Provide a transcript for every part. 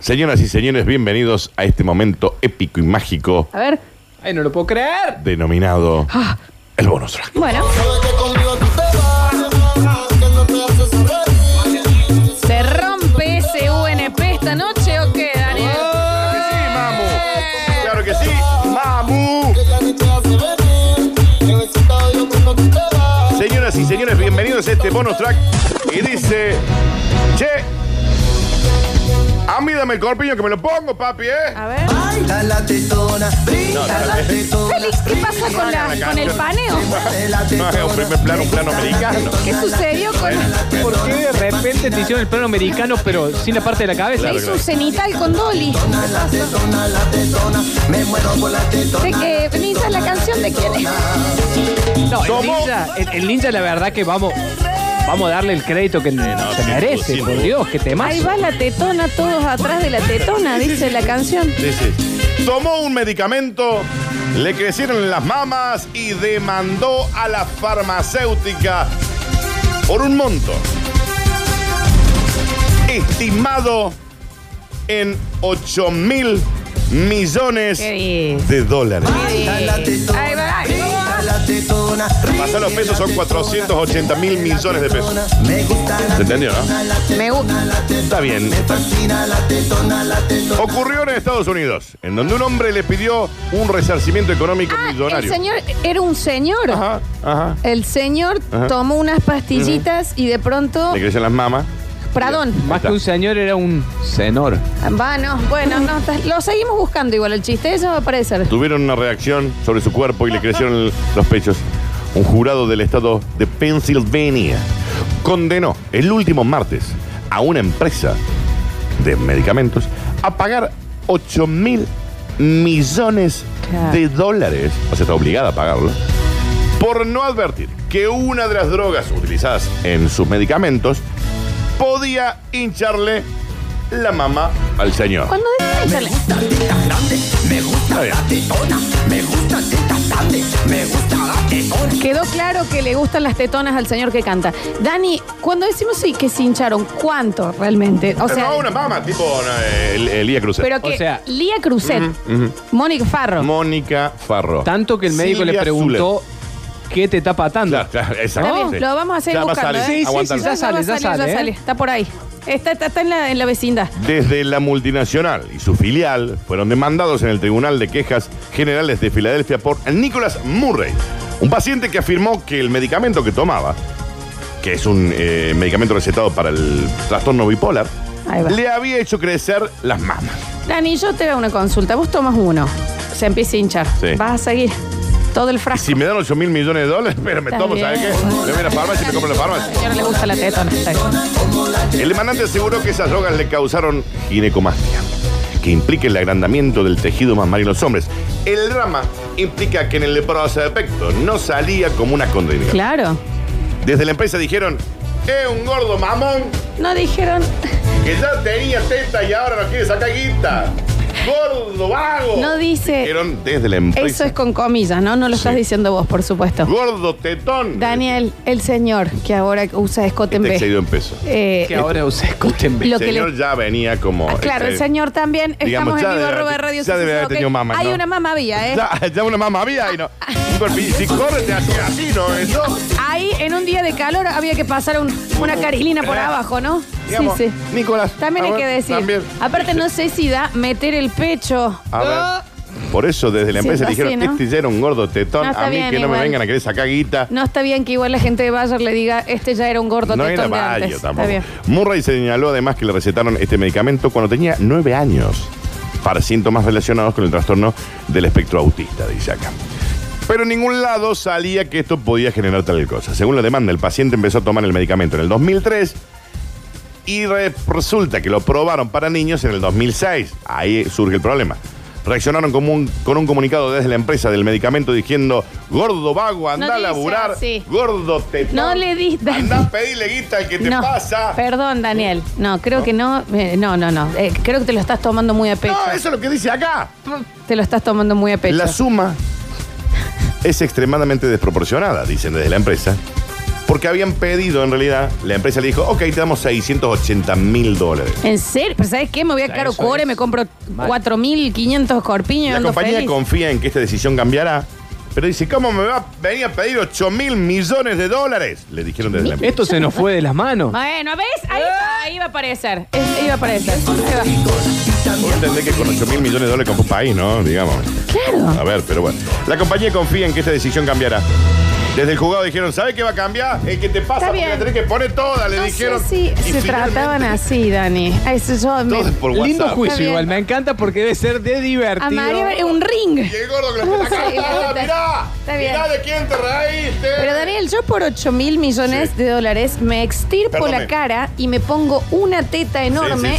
Señoras y señores, bienvenidos a este momento épico y mágico A ver. Ay, no lo puedo creer. denominado el bonus track. Bueno, Que conmigo tú te vas, que no me haces reír. ¿se rompe ese UNP esta noche o qué, Daniel? Claro que sí, mamu. Que ya ni te hace venir. Que besito yo cuando tú te vas. Señoras y señores, bienvenidos a este bonus track. Y dice, che, a mí dame el corpiño que me lo pongo, papi, ¿eh? A ver. Brinda la tetona, brinda la tetona. Félix, ¿qué pasó con, la, con el paneo? Mueve la No, es un primer plano, un plano americano. ¿Qué sucedió con ¿Por qué de repente te hicieron el plano americano, pero sin la parte de la cabeza? Claro. hizo un cenital con Dolly? la tetona, la tetona. Me muero por la tetona. ¿De qué? Lisa, ¿la canción de quién es? No, el ¿Cómo? ninja, el, el ninja, la verdad que vamos. Vamos a darle el crédito que se sin duda, merece, sin por duda. Dios, que te Ahí va la tetona, todos atrás de la tetona, dice la canción. Sí, sí. Tomó un medicamento, le crecieron las mamas y demandó a la farmacéutica por un monto estimado en 8 mil millones ¿Qué dices? de dólares. Brinda la tetona, Ahí va, ahí va. brinda la tetona. brinda Pasar los pesos son la tetona, 480 mil millones de pesos. Me gusta la ¿Se entendió, no? tetona, la Me gusta. Está bien. te- fascina la tetona, la tetona. Ocurrió en Estados Unidos, en donde un hombre le pidió un resarcimiento económico Ah, el millonario. señor era un señor. Ajá, ajá. El señor Ajá. tomó unas pastillitas y de pronto. Le crecen las mamas. Pradón. Más que un señor era un senor. Va, no, bueno, no, está- lo seguimos buscando igual. El chiste eso va a aparecer. tuvieron una reacción sobre su cuerpo y le crecieron el- los pechos. Un jurado del estado de Pensilvania condenó el último martes a una empresa de medicamentos a pagar 8 mil millones Claro. de dólares, o sea, está obligada a pagarlo, por no advertir que una de las drogas utilizadas en sus medicamentos podía hincharle la mama al señor. Cuando dejan de echarle- Está bien. Quedó claro que le gustan las tetonas al señor que canta. Dani, cuando decimos sí que se hincharon, ¿cuánto realmente? O sea, no, una mama, tipo eh, el- Elías Cruz. pero O que sea- Lía Cruzet, Mónica Farro. Mónica Farro. Tanto que el médico Silvia le preguntó qué te está patando. Zuller. Claro, claro, Está exacto. bien, Sí. Lo vamos a hacer Ya va a buscando. salir. ¿eh? Sí, sí, Aguántalo. sí, ya sale, ya sale, ¿eh? Está por ahí. Está, está- está en, la, en la vecindad. Desde la multinacional y su filial fueron demandados en el Tribunal de Quejas Generales de Filadelfia por Nicholas Murray, un paciente que afirmó que el medicamento que tomaba, que es un eh, medicamento recetado para el trastorno bipolar, Ahí va. le había hecho crecer las mamas. Dani, yo te hago una consulta. Vos tomas uno, se empieza a hinchar. Sí. Vas a seguir todo el frasco. Si me dan 8 mil millones de dólares, pero me Está tomo, bien. ¿sabes qué? Me voy a la farmacia y me compro la farmacia. Al señor le gusta la tetona. está bien. El demandante aseguró que esas drogas le causaron ginecomastia, que implica el agrandamiento del tejido mamario en los hombres. El drama implica que en el prospecto no salía como una condena. Claro. Desde la empresa dijeron, es un gordo mamón No dijeron. que ya tenía teta y ahora no quiere sacar guita. Gordo vago. No dice- Dijeron desde la empresa. Eso es con comillas, ¿no? No lo estás Sí. diciendo vos, por supuesto. Gordo tetón. Daniel, el señor que ahora usa escote en Está B. Este excedido en peso. eh, Que ahora usé escútenme. Lo El que señor le- ya venía como... este ah, claro, el excedido. señor también. Digamos, Estamos ya en vivo, debe arroba haber- radio. ya debe haber ok. tenido mamá, Hay ¿no? una mamá vía, ¿eh? Ya, ya una mamá había y no. Un golpe- Si corre te hacía así, ¿no? Eso. Ahí, en un día de calor, había que pasar un- una carilina por Eh, abajo, ¿no? Digamos, sí, sí. Nicolás. También a hay ver, que decir. también. Aparte, no sé si da meter el pecho. A ver. Por eso desde la empresa Siento así, dijeron, ¿no? este ya era un gordo tetón, No, está a mí bien, que no me igual. vengan a querer sacar guita. No está bien que igual la gente de Bayer le diga, este ya era un gordo No era tetón de Bayo antes. tampoco. Está bien. Murray señaló además que le recetaron este medicamento cuando tenía nueve años para síntomas relacionados con el trastorno del espectro autista, dice acá. Pero en ningún lado salía que esto podía generar tal cosa. Según la demanda, el paciente empezó a tomar el medicamento en el 2003 y re- resulta que lo probaron para niños en el 2006. Ahí surge el problema. Reaccionaron con un, con un comunicado desde la empresa del medicamento diciendo, gordo vago, anda a dice laburar, así. gordo te No le dis- Andá a pedirle guita al que te no, pasa. perdón, Daniel. No, creo que no. eh, no, no, no. Eh, creo que te lo estás tomando muy a pecho. No, eso es lo que dice acá. Te lo estás tomando muy a pecho. La suma es extremadamente desproporcionada, dicen desde la empresa. Porque habían pedido, en realidad, la empresa le dijo, ok, te damos 680 mil dólares. ¿En serio? ¿Pero sabes qué? Me voy a Ya, Claro eso Cuore, es me compro mal. 4.500 corpiños. y La ando compañía feliz. confía en que esta decisión cambiará, pero dice, ¿cómo me va a venir a pedir 8 mil millones de dólares? Le dijeron desde la empresa. Esto se nos fue de las manos. Bueno, ¿ves? Ahí, Ah. va, ahí va a aparecer. Es- Ahí va a aparecer. Ahí va. Vos entendés que con 8 mil millones de dólares compró un país, ¿no? Digamos. Claro. A ver, pero bueno. La compañía confía en que esta decisión cambiará. Desde el juzgado dijeron, ¿sabes qué va a cambiar? El que te pasa, Está porque bien. la tenés que poner toda, le No sé dijeron. si Y se finalmente, trataban así, Dani. A Eso yo me- Todos por WhatsApp. Lindo Está juicio bien. igual, me encanta porque debe ser de divertido. A Mario es un ring. Y el gordo que lo Sí, está la acá, neta. mirá. Está bien. Mirá de quién te reíste. Pero Daniel, yo por 8 mil millones Sí. de dólares me extirpo Perdóname. la cara y me pongo una teta enorme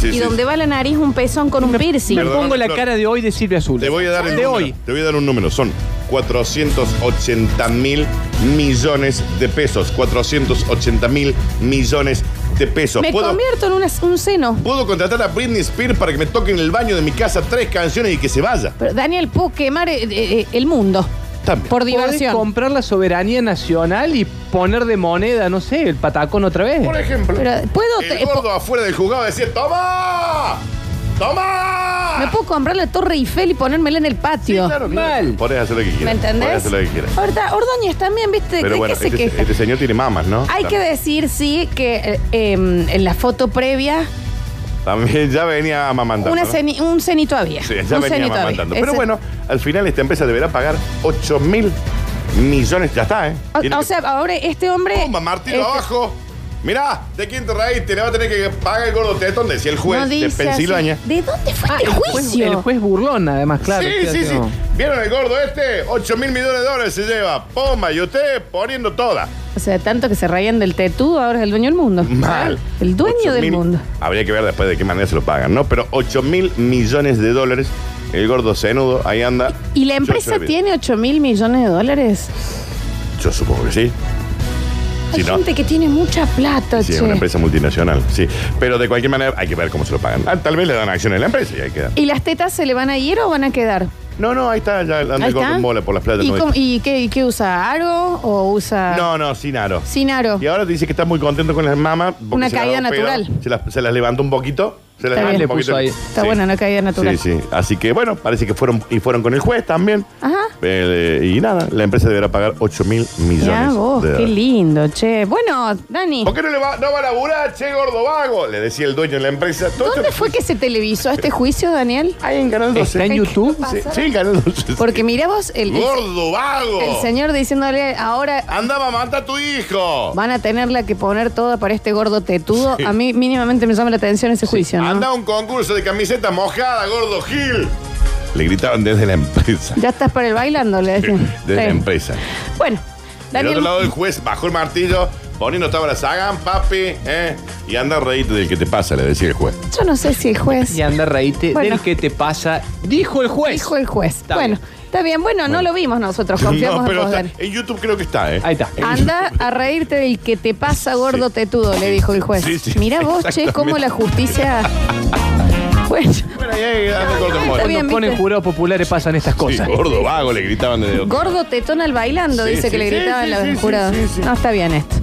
sí, sí, y sí. donde va la nariz un pezón con un piercing. Me Perdóname, pongo la Flor. cara de hoy de Silvia Azul. Te voy a dar el de número. hoy. Te voy a dar un número. Son 480 mil millones de pesos. 480 mil millones de pesos. Me ¿Puedo, convierto en una- un seno. puedo contratar a Britney Spears para que me toque en el baño de mi casa tres canciones y que se vaya. Pero Daniel, puedo quemar eh, eh, el mundo También. por Podés diversión. comprar la soberanía nacional y poner de moneda, no sé, el patacón otra vez. Por ejemplo, Pero, ¿puedo te- el gordo afuera del juzgado decía, ¡Toma! ¡Toma! Me puedo comprar la Torre Eiffel y ponérmela en el patio. Claro, mira, Mal. Podés hacer lo que quieras. ¿Me Podés entendés? hacer lo que quieras. Ahorita, Ordóñez también, ¿viste? ¿De Pero bueno, qué se este, queja? este señor tiene mamas, ¿no? Hay que decir, sí, que eh, em, en la foto previa, También ya venía amamantando. una ¿no? ceni- un cenito había. Sí, ya un venía cenito había. amamantando. Pero Ese- bueno, al final esta empresa deberá pagar 8 mil millones. Ya está, ¿eh? O, Tiene o que- sea, ahora este hombre. ¡Pumba, Martín, este- abajo! Mirá, ¿de quién te reíste? Le va a tener que pagar el gordo tetón, decía el juez no de dice Pensilvania. así. ¿De dónde fue Ah, este juez- juicio? el juez burlón, además, claro. sí, Claro, sí, sí. no. ¿Vieron el gordo este? 8 mil millones de dólares se lleva. Pumba, y usted poniendo toda. O sea, tanto que se reían del tetudo, ahora es el dueño del mundo. Mal. El dueño 8.000 del mundo. Habría que ver después de qué manera se lo pagan, ¿no? Pero 8 mil millones de dólares. El gordo cenudo, ahí anda. ¿Y la Yo empresa soy bien. tiene 8 mil millones de dólares? Yo supongo que sí. Hay Si no- gente que tiene mucha plata, Sí, es che. una empresa multinacional, sí. Pero de cualquier manera hay que ver cómo se lo pagan. Ah, tal vez le dan acciones a la empresa y hay que dar. ¿Y las tetas se le van a ir o van a quedar? No, no, ahí está, ya anda Ahí el gordo está. en bola por las playas. ¿Y, no, cómo- y qué, y qué usa? ¿Aro o usa.? no, no, sin aro. Sin aro. Y ahora te dice que está muy contento con las mamas. porque Una se las caída da un pedo, natural. se, las, se las levanta un poquito. Se las Está levanta bien. un Le puso poquito. ahí. Está buena una caída natural. Sí, sí. Así que bueno, parece que fueron y fueron con el juez también. Ajá. Eh, y nada, la empresa deberá pagar 8 mil millones. Ya vos, de qué dólares. lindo, che. Bueno, Dani, ¿Por qué no, le va, no va a laburar, che, gordo vago? Le decía el dueño de la empresa. Todo ¿dónde esto- fue que se televisó este juicio, Daniel? Ahí en Canal 12. ¿Está en YouTube? Sí, sí, en Canal 12. Porque mirá vos, el, el- ¡Gordo vago! el señor diciéndole ahora Andaba a matar a tu hijo. van a tenerla que poner toda para este gordo tetudo. A mí mínimamente me llama la atención ese juicio, ¿no? Anda a un concurso de camiseta mojada, gordo Gil. Le gritaban desde la empresa. Ya estás para el bailando, le decían. Desde la Sí. empresa. Bueno, Del Daniel, otro lado el juez bajó el martillo, poniendo estaba la sagan, papi, ¿eh? Y anda a reírte del que te pasa, le decía el juez. yo no sé si el juez Y anda reíte Bueno. del que te pasa. Dijo el juez. dijo el juez. Está bueno, está bien, bueno, no lo vimos nosotros, confiamos No, pero en vos, está- Dani. en YouTube creo que está, ¿eh? Ahí está. Anda a reírte del que te pasa, gordo Sí. tetudo, le dijo el juez. Sí, sí, Mirá vos, che, cómo la justicia. Bueno, Bueno, ahí, ahí, anda el gordo está mole. bien, Cuando ponen ¿viste? jurados populares pasan estas Sí, cosas. gordo vago, le gritaban desde gordo tetón al bailando, Sí, dice sí, que le sí, gritaban sí, la sí, sí, jurado. sí, sí. No, está bien esto.